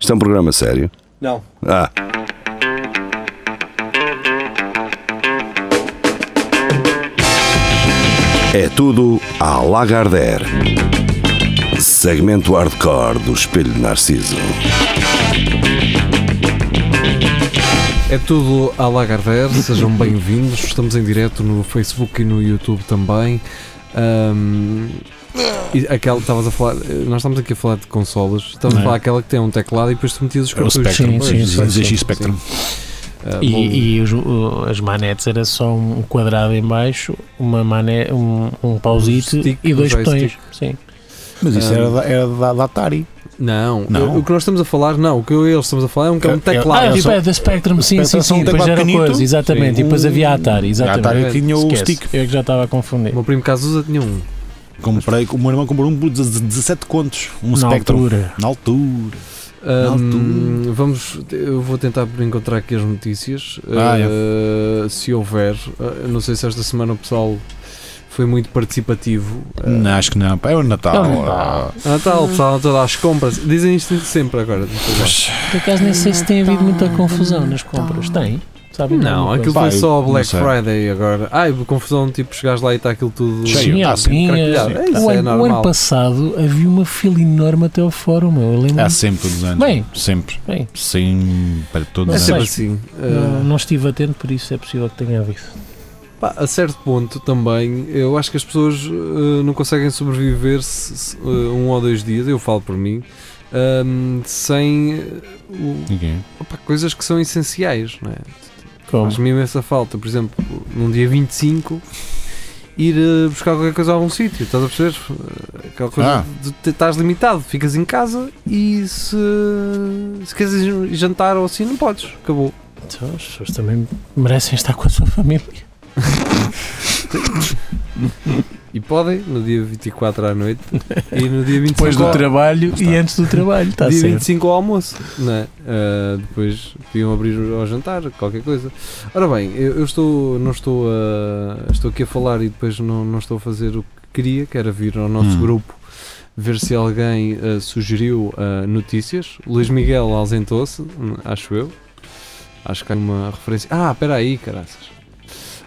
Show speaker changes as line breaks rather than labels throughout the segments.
Isto é um programa sério.
Não.
Ah, é tudo à Lagardère. Segmento hardcore do Espelho de Narciso.
É tudo à Lagardère, sejam bem-vindos. Estamos em direto no Facebook e no YouTube também. Ahm, e aquela que estavas a falar, nós estamos aqui a falar de consolas, estamos
Não
a
é?
falar aquela que tem um teclado e depois tu metias os
O
cartuchos.
Spectrum,
Sim, sim,
os
sim, sim.
ZX Spectrum.
Ah, bom,
E, e os- o- as manetes era só um quadrado em baixo, uma mané, um, um pausite
Um stick,
e dois
um
botões. Sim.
Mas isso
Ah.
era, da, era da, da Atari.
Não,
Não.
o que nós estamos a falar, não, o que eu e eles estamos a falar é um, é um
É-
teclado.
ah,
é
tipo,
só-
é da Spectrum, sim,
Spectrum
sim,
só um
sim. Depois
teclado
era
pequenito.
coisa, exatamente.
Sim.
E depois havia a Atari,
A
exatamente.
Atari tinha o
Esquece.
stick.
Eu que já estava a confundir.
O meu primo Casusa tinha um.
Comprei, o meu irmão comprou um por 17 contos. Um
Na
Spectrum.
altura.
Na altura.
Ahm, vamos, eu vou tentar encontrar aqui as notícias.
Ah,
Ah, Se houver, Ah, não sei se esta semana o pessoal foi muito participativo. Ah,
Não, acho que não. pá, É o Natal.
Não, não.
Ah,
Ah, tá, o pessoal toda às compras. Dizem isto sempre agora. depois lá.
mas-
Por acaso nem sei se tem havido muita confusão nas compras. Tem? Sabem
Não,
alguma
aquilo foi
coisa?
Pá, eu
só
não
Black
sei.
Friday agora. Ai, confusão, tipo, chegares lá e está aquilo tudo
Cheio,
Sim,
tá
há
sempre
pinhas.
craquelhado. É, isso
o,
é
ano, o ano
normal.
passado havia uma fila enorme até ao fórum. meu, Eu lembro.
Há sempre todos os anos.
Uhum. Bem.
sempre.
Bem.
Sempre. Todos
É
os
sempre
anos.
Mas-
assim.
Não,
eh,
Ah,
não estive atento, por isso é possível que tenha havido.
Pá, a certo ponto também, eu acho que as pessoas eh, não conseguem sobreviver se, se, eh, um ou dois dias, eu falo por mim, ahm, sem eh, o-
Ninguém.
opa, coisas que são essenciais, não é?
Como?
Faz-me imensa falta, por exemplo, num dia 25, ir eh, buscar qualquer coisa a algum sítio, estás a perceber? Eh, Aquela coisa
Ah.
de te- estás limitado, ficas em casa e se, se queres ir jantar ou assim, não podes, acabou.
Então, as pessoas também merecem estar com a sua família.
E podem, no dia 24 à noite e no dia 25
Depois do
ao-
trabalho e antes do trabalho, está
dia
Tá certo.
25 ao almoço, não é? Ah, depois podiam abrir ao jantar, qualquer coisa. Ora bem, eu, eu estou, não estou, a, estou aqui a falar e depois não, não estou a fazer o que queria, que era vir ao nosso
Hum.
grupo ver se alguém ah, sugeriu ah, notícias. Luís Miguel ausentou-se, hum, acho eu. Acho que há uma referência. Ah, espera aí, caraças.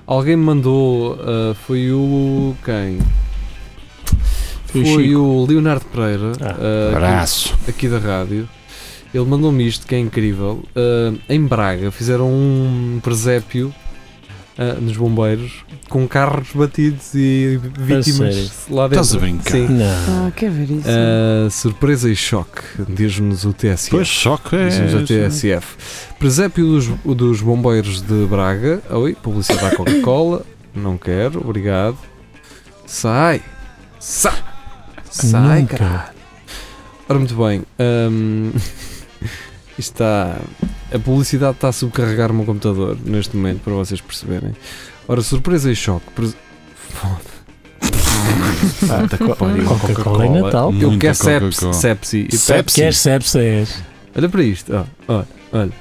Alguém me mandou, ah, foi o quem?
Foi o
Foi
Chico.
o Leonardo Pereira,
Ah,
ah, que-
Abraço.
aqui da rádio. Ele mandou-me isto, que é incrível. Ah, em Braga fizeram um presépio ah, nos bombeiros com carros batidos e
sério?
vítimas lá dentro.
Estás a brincar?
Sim.
Não.
Ah, quer ver isso?
Ah, surpresa e choque, diz-nos o TSF.
Pois, choque. é-
Diz-nos o TSF. Presépio dos, dos bombeiros de Braga. Oi, publicidade à Coca-Cola. Não quero, obrigado. Sai! Sai! Sai,
Nunca.
cara! Ora, muito bem. hum, isto está. A publicidade está a subcarregar o meu computador neste momento, para vocês perceberem. Ora, surpresa e choque. Pres- Foda.
Ah, tá co- olha,
Coca-Cola é Natal.
Muita
Eu quero sepsi.
Coca-Cola.
sepsi e
Sepsi.
Quer sepsa é.
Olha para isto. ó, ó, olha.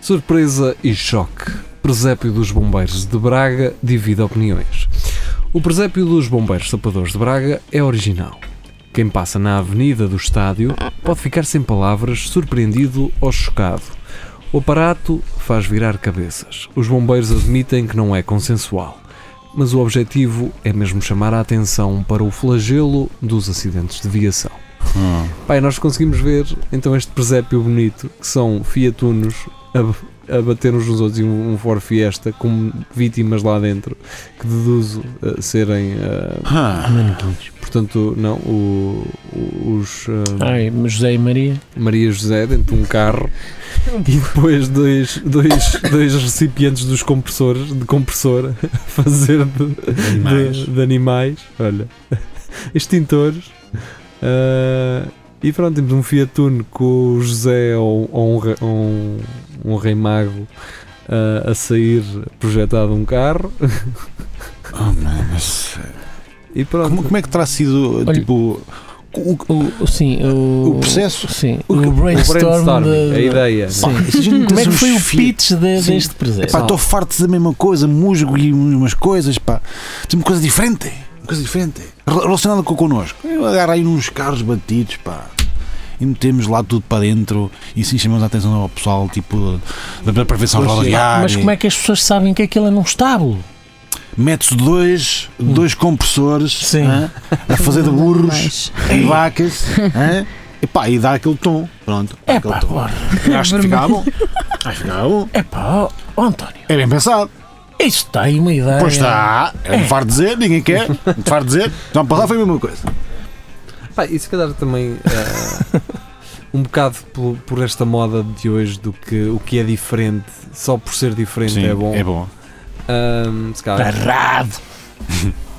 Surpresa e choque. Presépio dos Bombeiros de Braga divide opiniões. O presépio dos Bombeiros Sapadores de Braga é original. Quem passa na avenida do estádio pode ficar sem palavras, surpreendido ou chocado. O aparato faz virar cabeças. Os bombeiros admitem que não é consensual, mas o objetivo é mesmo chamar a atenção para o flagelo dos acidentes de viação.
Hum.
Pai, nós conseguimos ver então este presépio bonito que são Fiat Unos a, a bater uns nos outros e um, um Ford Fiesta com vítimas lá dentro que deduzo eh, serem, eh,
Ah.
Manequins.
portanto, não, o- o- os eh,
Ai, José e Maria.
Maria José dentro de um carro e depois dois, dois, dois recipientes dos compressores, de compressor, a fazer de,
Animais.
de- de animais, olha, extintores. ah, e pronto, temos um Fiat Uno com o José ou, ou um, re- um, um rei mago ah, a sair projetado de um carro.
Oh, mano, mas-
E pronto,
Como, como é que terá sido,
Olha,
tipo, o,
O, o- sim, o,
o processo?
Sim,
o,
o,
que- o
é
brainstorm.
brainstorming, é
da-
a ideia. né?
Sim.
Pá, se a gente
Como é que
tivesse
foi
uns
o
Fiat-
pitch de-
Sim.
deste presente?
Epá, estou farto da mesma coisa, musgo e umas coisas, pá. Tem uma coisa diferente, uma coisa diferente, re- relacionada com connosco. Eu agarro aí nos carros batidos, pá. e metemos lá tudo para dentro e assim chamamos a atenção ao pessoal, tipo, da- da prevenção
Mas-
rodoviária.
Mas como é que as pessoas sabem que aquilo é num estábulo?
Mete-se dois, dois compressores
Hum. Sim.
hã, a fazer de burros em vacas hã, e, pá, e dá aquele tom. Pronto, dá
É
aquele
pá,
tom.
bora.
Acho que ficava bom. Acho que ficava bom.
É pá, ó, ó, António.
É bem pensado.
Isto está aí uma ideia.
Pois está. É de far dizer, ninguém quer. De far dizer. Então, para lá foi a mesma coisa.
Pá, e se calhar também eh, um bocado por, por esta moda de hoje do que o que é diferente, só por ser diferente é bom. Ahm, se calhar-
Tarado.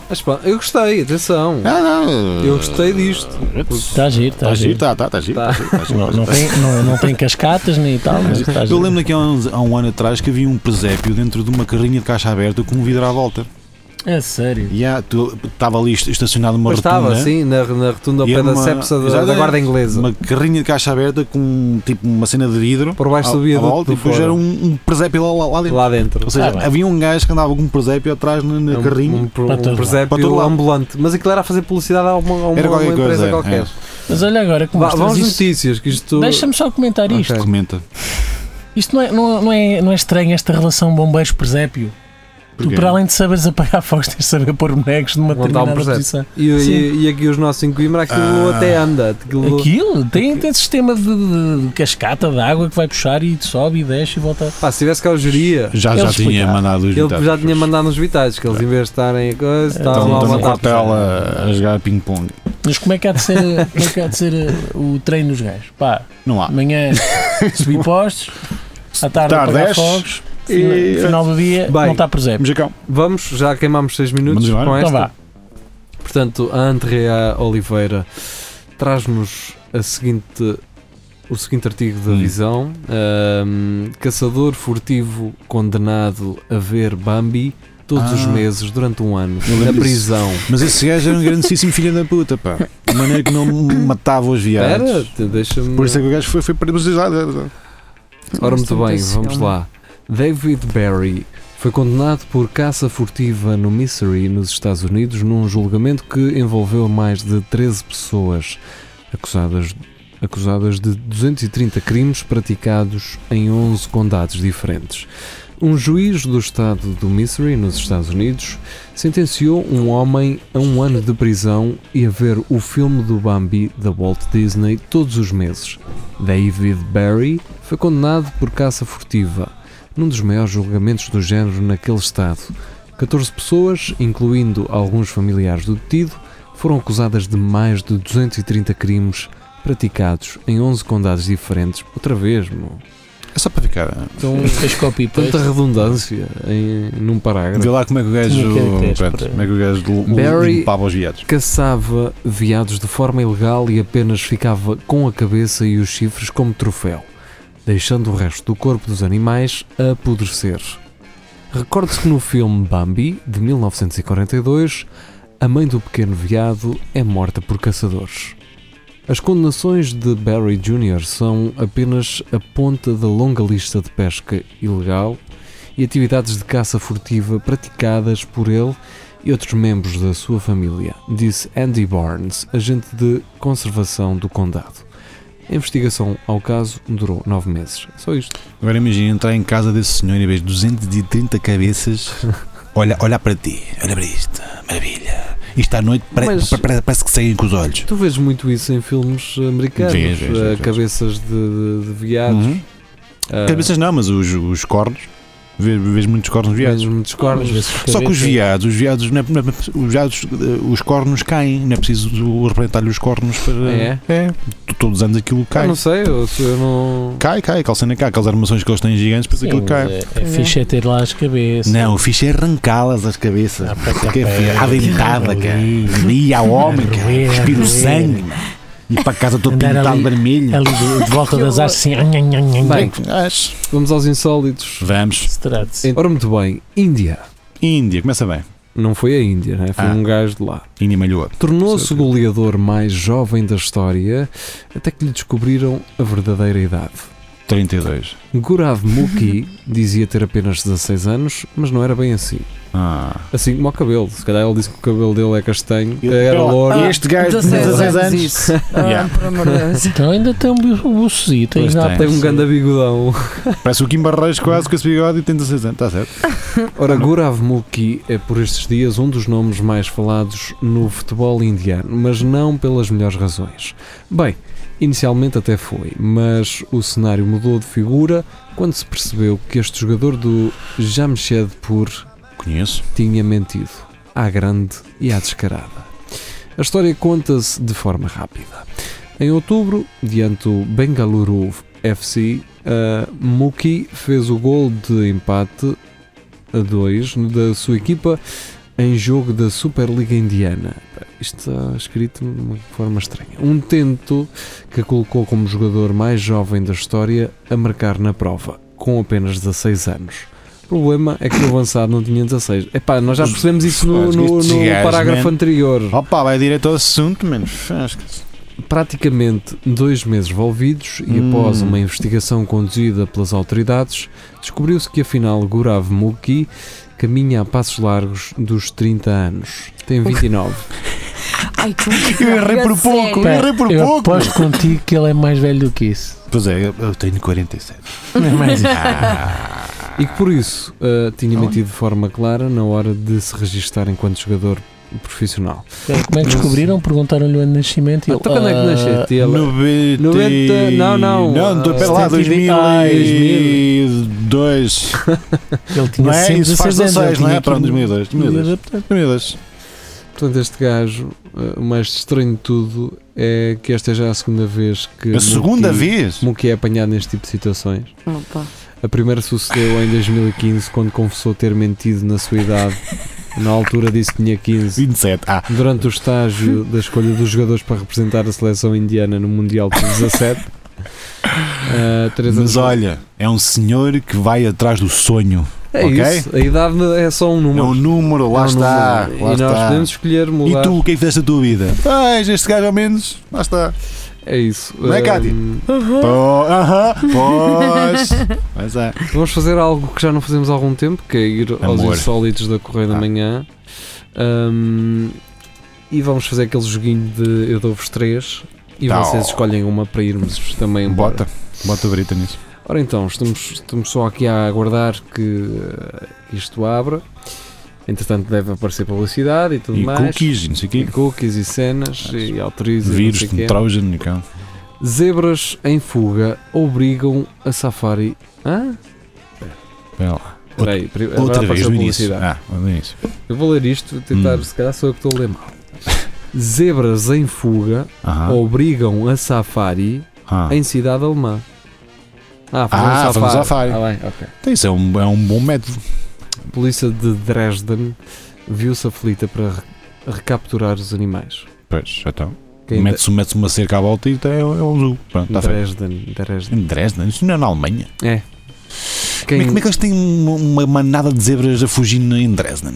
Mas pá, eu gostei, atenção.
Ah, não.
Eu gostei disto.
Está giro, está
Está giro,
giro.
está, está, está giro.
Tá.
Não, não, tem, não, não tem cascatas nem tal, mas
Tá
está
Eu
giro.
lembro daqui há, uns- há um ano atrás que havia um presépio dentro de uma carrinha de caixa aberta com um vidro à volta.
É sério.
E há- tu- estava ali est- estacionado uma
Mas estava
retuna,
assim, na, na rotunda ao
E
pé
era
da
uma-
sepsa da,
Exato,
da
é.
guarda inglesa.
Uma carrinha de caixa aberta com tipo uma cena de vidro.
Por baixo
à-
do
à
viaduto
volta, E
do
depois
fórum.
era um, um presépio lá, lá- lá dentro.
Lá dentro.
Ou seja,
Ah, bem.
havia um gajo que andava com um presépio atrás na, na
Um-
carrinha.
Um, um,
Para todo
Para todo
presépio
lado.
ambulante. Mas aquilo era a fazer publicidade a uma, a uma,
Era
uma
qualquer
empresa
coisa. era,
qualquer.
é.
Mas olha agora, como
Vá,
estás
vamos
isso-
notícias, que isto.
Deixa-me só comentar isto.
Ok.
Comenta.
Isto não é, não, não é, não é estranho esta relação bombeiros-presépio? Tu,
Porquê?
para além de saberes apagar fogos, tens de saber pôr bonecos numa
Montar um
determinada
presépio.
posição.
E,
Sim.
e, e aqui os nossos em Coimbra, aquilo
Ah.
até anda. Aquilo,
Aquilo tem, tem sistema de, de- de cascata de água que vai puxar e sobe e desce e volta.
Pá, se tivesse cá o geria,
Já, já
Eles
tinha
explicaram.
mandado os
ele
ditados.
já tinha mandado nos vitais,
É.
que eles em vez de estarem a coisa, estavam Ah, lá
Estão
a
estão no
matar.
quartel a, a jogar ping-pong.
Mas como é que há de ser, como é que há de ser uh, o treino dos gajos? Pá,
Não há.
amanhã subir postos, à tarde
Tarde,
apagar
desce,
fogos,
e-
e... final do dia
Bem.
não está presépio.
Mujacão.
Vamos, já queimámos 6 minutos
Vamos embora?
com esta.
Então vá,
Portanto, a Andrea Oliveira traz-nos a seguinte, o seguinte artigo da
Hum.
visão: Ahm, Caçador furtivo condenado a ver Bambi todos os
Ah.
meses durante um ano
Eu lembro
na
disso.
prisão.
Mas esse gajo era um grandíssimo filho da puta, pá. De maneira que não matava os
Espera,
viados.
te- deixa-me.
Por isso é que o gajo foi, ah, foi paralisado.
Ora, muito bem,
Bastante
vamos
esse
lá. David Barry foi condenado por caça furtiva no Missouri, nos Estados Unidos, num julgamento que envolveu mais de 13 pessoas acusadas, acusadas de 230 crimes praticados em 11 condados diferentes. Um juiz do estado do Missouri, nos Estados Unidos, sentenciou um homem a um ano de prisão e a ver o filme do Bambi da Walt Disney todos os meses. David Barry foi condenado por caça furtiva, num dos maiores julgamentos do género naquele estado. 14 pessoas, incluindo alguns familiares do detido, foram acusadas de mais de 230 crimes praticados em 11 condados diferentes. Outra vez, meu.
É só para ficar.
Então,
fez copy paste.
tanta redundância em, num parágrafo.
Vê lá como é que o
Tinha
gajo.
caracteres
Pronto,
para-
como é que o gajo l-
Barry-
limpava os viados.
Caçava veados de forma ilegal e apenas ficava com a cabeça e os chifres como troféu, deixando o resto do corpo dos animais a apodrecer. Recorde-se que no filme Bambi, de 1942, a mãe do pequeno veado é morta por caçadores. As condenações de Barry Jr. são apenas a ponta da longa lista de pesca ilegal e atividades de caça furtiva praticadas por ele e outros membros da sua família, disse Andy Barnes, agente de conservação do condado. A investigação ao caso durou nove meses. Só isto.
Agora imagina entrar em casa desse senhor e vês 230 cabeças. Olha, olha para ti, olha para isto, maravilha. Isto à noite pare-
Mas-
pa- pa- parece que saem com os olhos.
Tu vês muito isso em filmes americanos.
Vês, vês,
eh,
vês, vês.
cabeças de, de, Eh, de veados.
Uhum. Cabeças não, mas os, os cornos. Vês, vês muitos cornos viados.
Mesmo
Às
discordes.
vezes
Só que os
cabeça-
viados, os viados, não é- não é- os, viados eh, os cornos caem, não é preciso do- representar-lhe os cornos para.
É?
Tu- Todos os anos aquilo
Ah,
cai.
não sei, eu, se eu não.
Cai, cai, aquela cena cai, aquelas armações que eles têm gigantes, depois
Sim,
aquilo
mas
cai.
é, é fixe é ter lá as cabeças.
Não, o fixe é arrancá-las às cabeças.
Ah, pá, tá
Porque
bem.
é à dentada, cara.
Ali.
E ao homem,
A
cara.
roer, a
Respira o
roer.
sangue. mano. E para casa todo
Andar
pintado
ali-
vermelho.
Ali de, de volta
Que
das
horror.
artes, assim. An, an, an, an,
Bem,
Acho.
vamos aos insólitos.
Vamos.
se trate-se.
Ora, muito bem, Índia.
Índia, começa bem.
Não foi a Índia, né? foi
Ah.
um gajo de lá.
Índia malhou.
Tornou-se o
Certo.
goleador mais jovem da história até que lhe descobriram a verdadeira idade.
32.
Gurav Muki dizia ter apenas 16 anos, mas não era bem assim.
Ah.
Assim como o cabelo. Se calhar ele disse que o cabelo dele é castanho,
Eu-
era
eu-
louro.
Ah,
este gajo de
16
16
anos.
anos.
Isso. Ah,
Yeah.
Por amor de Deus.
Então ainda tem um bu- um bucezito.
Pois
ainda
tem.
há
Tem um
para ser.
ganda bigodão.
Parece o Kim Barreiros quase com esse bigode e tem 16 anos. Está certo?
Ora, Gurav Muki é por estes dias um dos nomes mais falados no futebol indiano, mas não pelas melhores razões. Bem, inicialmente até foi, mas o cenário mudou de figura quando se percebeu que este jogador do Jamshedpur
Conheço.
tinha mentido, à grande e à descarada. A história conta-se de forma rápida. Em outubro, diante do Bengaluru FC, eh, Muki fez o gol de empate a 2 da sua equipa em jogo da Superliga Indiana. Isto está escrito de uma forma estranha. Um tento que colocou como jogador mais jovem da história a marcar na prova, com apenas 16 anos. O problema é que o avançado não tinha 16. Epá, nós já percebemos isso no, no-
Estes
no
gajos,
parágrafo
man.
anterior.
Opa, vai direto ao assunto, mano. Acho que-
Praticamente dois meses envolvidos e
Hum.
após uma investigação conduzida pelas autoridades, descobriu-se que afinal Gurav Muki caminha a passos largos dos 30 anos. Tem 29.
Ai, que
Eu errei por pouco,
sério.
eu errei por
Eu
pouco.
aposto contigo que ele é mais velho do que isso.
Pois é, eu- eu tenho 47.
Mas,
Ah.
E que por isso ah, tinha mentido de forma clara na hora de se registar enquanto jogador profissional.
como é que descobriram? Perguntaram-lhe o ano de nascimento e ele.
Então quando é que
"Ah,
eh,
nasceste? E ele,
90...
90, não, não.
Não, estou pera lá,
Ah,
2002.
Ele
Não
tinha
é?
sempre
Isso faz
16
16,
anos, ele
não é?
tinha
Pronto,
15.
2002. 2002. 2002.
Portanto, este gajo, ah, o mais estranho de tudo é que esta é já a segunda vez que.
A segunda
Muki-
vez?
Muki é apanhado neste tipo de situações.
Opa.
A primeira sucedeu em 2015, quando confessou ter mentido na sua idade. Na altura disse que tinha 15.
27. Ah,
Durante o estágio da escolha dos jogadores para representar a seleção indiana no Mundial de 17. Ah, três anos-
mas olha, é um senhor que vai atrás do sonho.
é
ok.
isso, a idade é só um
É
número.
um número, lá
É um
está.
número.
Lá
e nós
está.
podemos escolher mudar.
E tu, o que é que fizeste da tua vida? Ah, este gajo ao menos, lá está.
É isso.
Não é, Cátia?
Ahm,
Pô, aham, pois. Mas é.
Vamos fazer algo que já não fazemos há algum tempo, que é ir aos
Amor.
insólitos da Correia da
Ah.
Manhã. Ahm, e vamos fazer aquele joguinho de eu dou-vos três e
Tá.
vocês escolhem uma para irmos também embora.
Bota, bota a brita nisso.
Ora então, estamos, estamos só aqui a aguardar que eh, isto abra. Entretanto deve aparecer publicidade e tudo
E
mais.
cookies, e não sei
E
o quê.
cookies e cenas e autoriza e não
Vírus,
sei quê.
Trojan, e cá.
Zebras em fuga obrigam a safari. Hã?
Espera lá.
Espera aí, pri- agora
Outra vez
apareceu
no
publicidade.
início. Ah, no início.
Eu vou ler isto, vou tentar,
Hum.
se calhar sou eu que estou a ler mal. Zebras em fuga
Aham.
obrigam a safari
Ah.
em cidade alemã. Ah,
Ah,
fazer um
fazer um safari.
Ah, bem, ok.
Então Isso é um, é um bom método.
A polícia de Dresden viu-se aflita para re- recapturar os animais.
Pois, então.
Quem
Mete-se mete uma cerca à volta e tá- é, é um zoo. Pronto,
de-
está feito.
Dresden, Dresden.
Em Dresden, isso não é na Alemanha. Como é,
Quem,
como é que eles têm uma, uma manada de zebras a fugir em Dresden?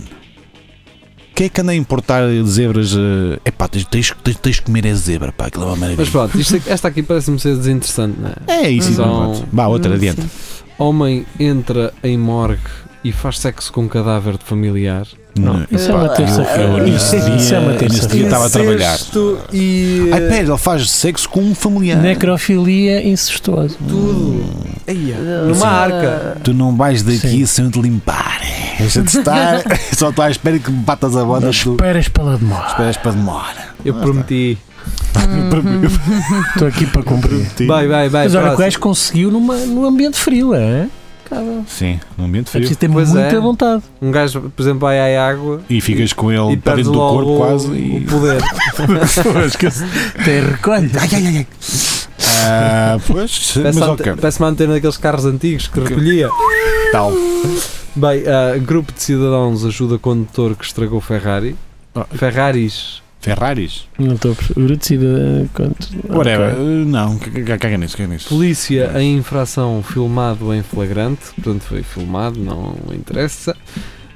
Quem é que anda a importar zebras? eh, Epá, tens, tens, tens, tens de comer a zebra, pá, aquilo é uma
Mas
maravilha.
pronto, isto aqui- esta aqui parece-me ser desinteressante, não é?
é isso,
Mas
então,
há um-
pronto. Vá, outra,
Hum,
adiante.
sim.
Homem entra em morgue e faz sexo com um cadáver de familiar. Não.
Isso é uma
Hum, Epá,
terça-feira.
eu nesse
Isso
dia-
é uma
nesse dia
terça-feira.
estava a trabalhar.
Incesto E, eh,
Ai, pera, ele faz sexo com um familiar.
Necrofilia incestuosa.
tudo. numa arca.
Tu não vais daqui
Sim.
sem te limpar. Deixa-te estar. Só estou à espera que me batas a bota.
Não
Tu
esperas pela demora.
esperas para demora.
Eu prometi.
Hum,
Estou aqui para cumprir.
Vai, vai, vai.
Mas olha, o
próximo.
gajo conseguiu numa, num ambiente frio, é? Cara,
Sim, num ambiente
é preciso
frio.
ter
Pois
muita
é.
vontade.
Um gajo, por exemplo, vai à água
E ficas com ele
e
para
perde
Tá um dentro do
logo
corpo
o,
quase
o
e.
poder.
Até recolhe.
Ai, ai, ai, ai. Ah, pois, mas
Parece uma
ok.
ante- Parece uma antena daqueles carros antigos que recolhia.
Tal.
Bem, ah, grupo de cidadãos ajuda condutor que estragou Ferrari.
Ah.
Ferraris.
Ferraris?
Não estou a perceber. Urutecida, eh, quanto?
Whatever.
Ok.
Uh, Não, c- c- caga nisso, caga nisso.
Polícia em infração filmado em flagrante. Portanto, foi filmado, não interessa.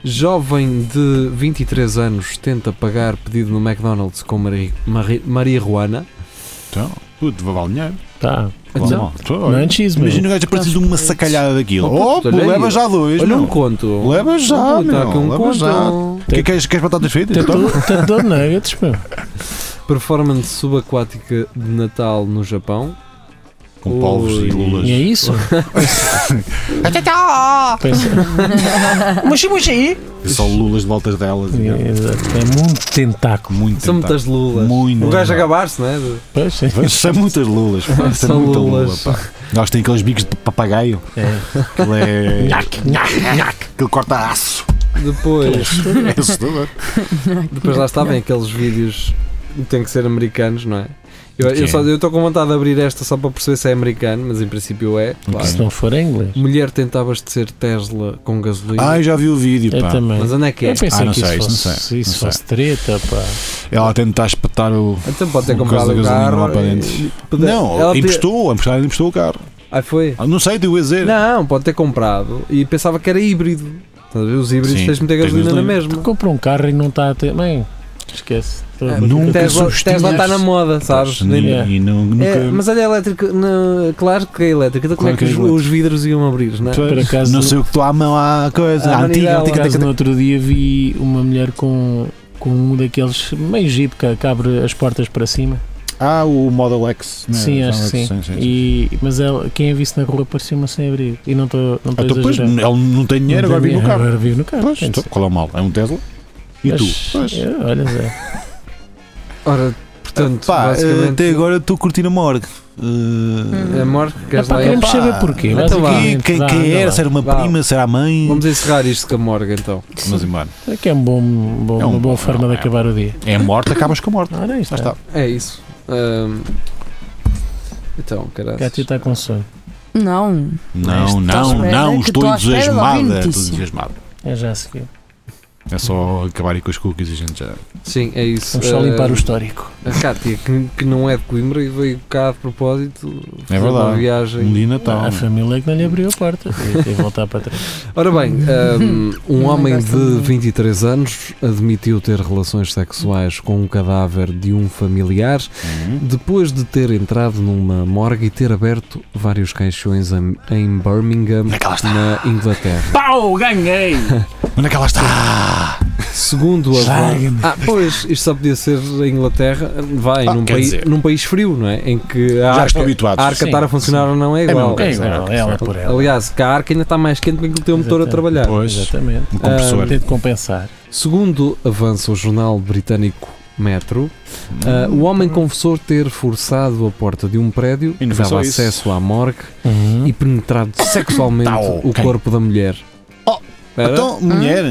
Jovem de 23 anos tenta pagar pedido no McDonald's com mari- mari- marihuana.
Então, puto, vou valer dinheiro.
Tá.
Vá lá.
Não é cheese, meu.
Imagina o gajo a partir de uma sacalhada daquilo. Oh, pô,
Olha
leva
aí.
já dois.
Olha um
meu.
conto.
Leva já,
Olha, tá
meu.
aqui um
Leva já.
conto.
Que queres, queres batatas fritas? Toma.
Tanto tanto nuggets, meu.
Performance subaquática de Natal no Japão.
Com polvos
Ui.
e lulas.
E é isso?
Ah.
Pensa. Mushi, mushi.
Só lulas de voltas delas.
É,
meu.
exato. É muito tentáculo.
Muito
São
tentáculo.
muitas lulas.
Muito.
O gajo acabar-se, não é? De-
Pois, sim.
Pois, São muitas lulas. pá. São
São
muita
lulas.
Lula, pá. Nós tem aqueles bicos de papagaio.
É.
Aquilo é.
Nhaque, nhaque, nhaque.
Aquilo corta aço.
Depois,
É assustador.
depois lá estavam aqueles vídeos que têm que ser americanos, não é? Eu eu
Sim.
só- eu estou com vontade de abrir esta só para perceber se é americano, mas em princípio é, claro.
Se não for em inglês.
Mulher tenta abastecer Tesla com gasolina.
Ah, eu já vi o vídeo.
Eu
Pá.
também.
mas onde é que é?
Eu pensei
Ah, não
que
sei,
isso
isso não
fosse,
sei,
isso
não sei.
fosse treta, pá.
Ela a tentar espetar o.
Então pode ter
Por
comprado
causa
o
da gasolina lá
carro.
para
e-
dentro.
pode-
Não,
ela te-
emprestou, a empresária emprestou o carro.
Aí foi?
Ah, Não sei, deu a dizer.
Não, pode ter comprado e pensava que era híbrido. Estás a ver? Os híbridos
Sim,
tens de meter
tens
gasolina na
gasolina.
mesma.
Compra um carro e não está a ter. Bem, esquece.
É,
Nunca Tá
Tesla,
subestimes-
Tesla está na moda, sabes?
E,
Nem-
e nu- nunca.
É, mas olha a elétrica, não, claro que é elétrica, então como
Claro
é que,
que é
os,
elétrica.
os vidros iam abrir, não é?
Pois,
Por acaso-
não sei o que estou à mão à
Ah,
coisa. à antiga,
Manivela.
antiga,
Por
antiga,
acaso, no
antiga.
outro dia vi uma mulher com, com um daqueles meio jeep que que abre as portas para cima.
Ah, o Model X. né?
sim, acho que sim.
Sim, sim, sim.
E, mas ela, quem a visse na rua parecia uma sem abrigo. E não estou não
Ah,
estou a
então, pois,
exagerar.
ele não tem dinheiro,
Não
agora vive no
tenho dinheiro,
carro.
Agora vive no carro.
Pois,
Tem de
então,
ser.
qual é o mal? É um Tesla? E tu?
Mas,
Pois.
é, Olha, Zé.
Ora, portanto,
Pá, eh,
basicamente,
até agora estou a curtir a morgue. Eh,
a morte que
É
queres
pá,
lá é-
queremos
pá,
saber porquê.
então
Então,
vá.
quem,
basicamente.
quem,
Vá,
quem
anda
era?
lá.
Se era uma
Vá.
prima, se era a mãe?
Vamos encerrar isto com a Morgan então.
Vamos embora.
É que é um bom, bom-
É um
uma boa
bom,
forma
não,
de acabar o dia.
É morte, acabas com a morte.
Ora, isto
Lá está.
está.
É isso. Ahm, então, caralho.
Cátia está com sono.
Não.
Não, é
à
não,
espera
não,
É que
estou
estou à espera de ouvir
entusiasmada. Estou
notícia.
entusiasmado.
É já a seguir.
É só acabar aí com as cookies e a gente já.
Sim, é isso.
tá- Vamos só limpar o
Ahm,
histórico.
A Cátia, que, que não é de Coimbra e veio cá de propósito fazer uma
verdade. Um
viagem.
dia de Natal.
a família é que não lhe abriu a porta. E, e voltar para trás.
Ora bem,
Hum.
ahm, um
Não
homem
gosto
de
muito.
23 anos admitiu ter relações sexuais com o cadáver de um familiar
Uhum.
depois de ter entrado numa morgue e ter aberto vários caixões em, em Birmingham,
Onde é que ela está?
na Inglaterra.
Pau! Ganhei!
Onde é que ela está?
Segundo a
Chaga-me.
Ah, pois, isto só podia ser a Inglaterra, vai,
Ah,
num,
quer
país,
dizer.
num país frio, não é? Em que a
Já estão
arca,
habituados.
a arca
sim,
estar a funcionar ou não é igual.
É igual, ela por ela.
Aliás, que a arca ainda está mais quente do que o teu motor a
Exatamente.
trabalhar.
Pois,
Exatamente.
um compressor.
Tem de compensar.
Segundo avança o jornal britânico Metro, ah,
um-
Hum.
o homem confessou ter forçado a porta de um prédio
E
que
não foi só
dava
isso.
acesso à morgue
Uhum.
e penetrado sexualmente
Tá,
o
ok.
corpo da mulher.
Oh,
Era?
Então, mulher,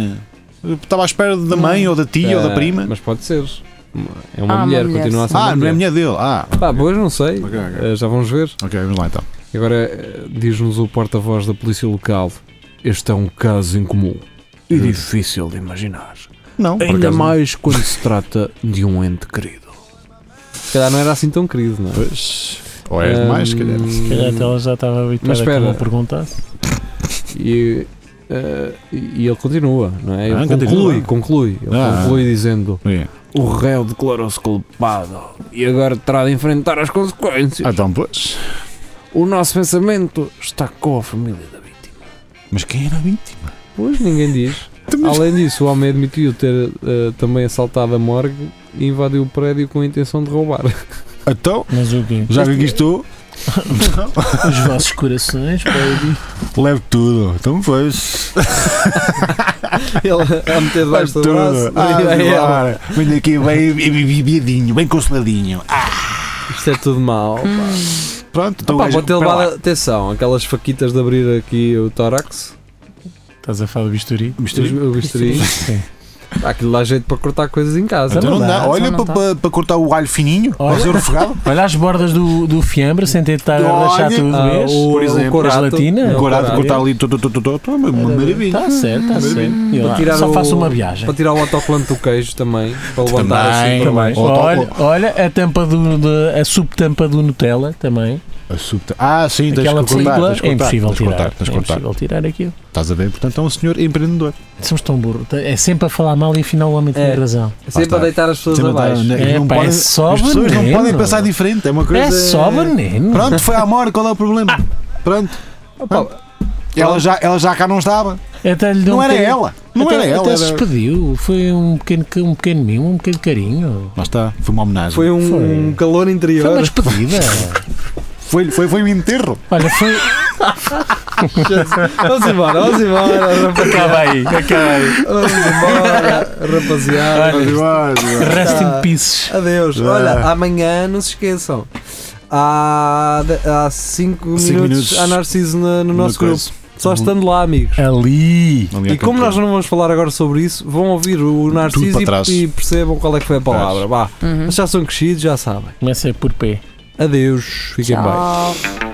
eu estava à espera da mãe ou da tia ou da
Ah,
prima.
Mas pode ser. É uma
Ah, uma
mulher,
mulher,
continua a
sim.
ser. uma
Ah, não é a mulher dele. Ah,
Pá, pois não sei.
Ok, ok.
Eh, já vamos ver.
ok, vamos lá então.
Agora eh, diz-nos o porta-voz da polícia local. Este é um caso incomum e difícil de imaginar.
Não, por
Ainda
acaso não.
mais quando se trata de um ente querido. Se calhar não era assim tão querido, não é?
Pois. Ou é demais, se calhar.
Hum,
Se calhar até ela já estava
Mas
habituada a que
espera.
não perguntasse.
E, eh, e ele continua, não é? Ele
Ah,
conclui,
continua.
conclui. Ele
Ah.
conclui dizendo:
É.
O réu declarou-se culpado e agora terá de enfrentar as consequências.
Ah, então, pois.
O nosso pensamento está com a família da vítima.
Mas quem era a vítima?
Pois ninguém diz.
Então,
Além disso, o homem admitiu ter eh, também assaltado a morgue e invadiu o prédio com a intenção de roubar.
Então,
Mas o quê?
já que estou,
Os vossos corações, baby.
levo tudo. Então, pois.
Ele a meter debaixo do
Tudo.
braço. é.
Ah,
e aí ela,
agora. Venho aqui bem bebiadinho, bem consoladinho. Ah,
Isto é tudo mau.
Hum,
pá."
pronto, então
Opa,
o gajo-
pode ter
pera lá.
levado atenção, aquelas faquitas de abrir aqui o tórax, é
Estás a falar do bisturi?
Bisturi?
o bisturi.
Sim.
Há Aquilo dá jeito para cortar coisas em casa.
Então não
não
dá.
dá,
Olha
então não
para para- para cortar o alho fininho,
Olha.
para ser refogado.
Olha as bordas do, do fiambre sem tentar
Olha,
deixar tudo
Ah,
vês?
o,
por exemplo,
o corato,
a gelatina,
não,
o
Agora há de
caralho.
cortar ali. tu, tu, tu, tu, tu, tu, Uma uma maravilha.
Está certo, está certo. E
Para
lá,
tirar
Só
o-
faço uma viagem.
Para tirar o autocolante do queijo também, para levantar
Também,
assim para baixo.
Ou-
Olha, olha a tampa do, de- a subtampa do Nutella também.
A subta- Ah, sim, tens
Aquela
que cortar,
película
tens que
é
cortar,
impossível
tens que cortar,
tirar.
tens
É
que cortar.
impossível tirar aquilo.
Estás a ver? Portanto, é um senhor empreendedor.
Somos tão burros. É sempre a falar mal e afinal o homem tem
É.
razão.
Sempre
está.
a deitar as pessoas
Sempre a
abaixo.
dar-
É,
não
pá, é
podem-
só
as pessoas não
veneno.
podem pensar diferente. É uma coisa.
É só veneno. Ah.
Pronto, foi à morte, qual é o problema? Pronto.
Opa,
Ela já, ela já cá não estava.
Até lhe dão
Não
um
era
bocadinho-
ela. Não
até,
era ela.
Até se
Era...
despediu. Foi um pequeno, um pequeno mimo, um pequeno carinho.
Lá está, foi uma homenagem.
foi um
Foi.
calor
Foi uma
interior.
despedida.
Foi, foi, foi um enterro.
Olha, foi.
Vamos embora, vamos embora, rapaziada.
Acaba aí, acaba aí.
Vamos embora, rapaziada.
Mas igual, igual.
Rest
Ah.
in pieces.
Adeus.
Ah.
Olha, amanhã não se esqueçam. Há 5 minutos,
Cinco minutos
há Narciso na- no
Uma
nosso grupo.
coisa.
Só
Uhum.
estando lá, amigos.
Ali.
Ali
E
há
como
campeão.
nós não vamos falar agora sobre isso, vão ouvir o Narciso
para trás.
e, e percebam qual é que foi a palavra. Vá.
Uhum.
Mas já são crescidos, já sabem.
Começa por P.
Adeus. Fiquem bem.
Tchau.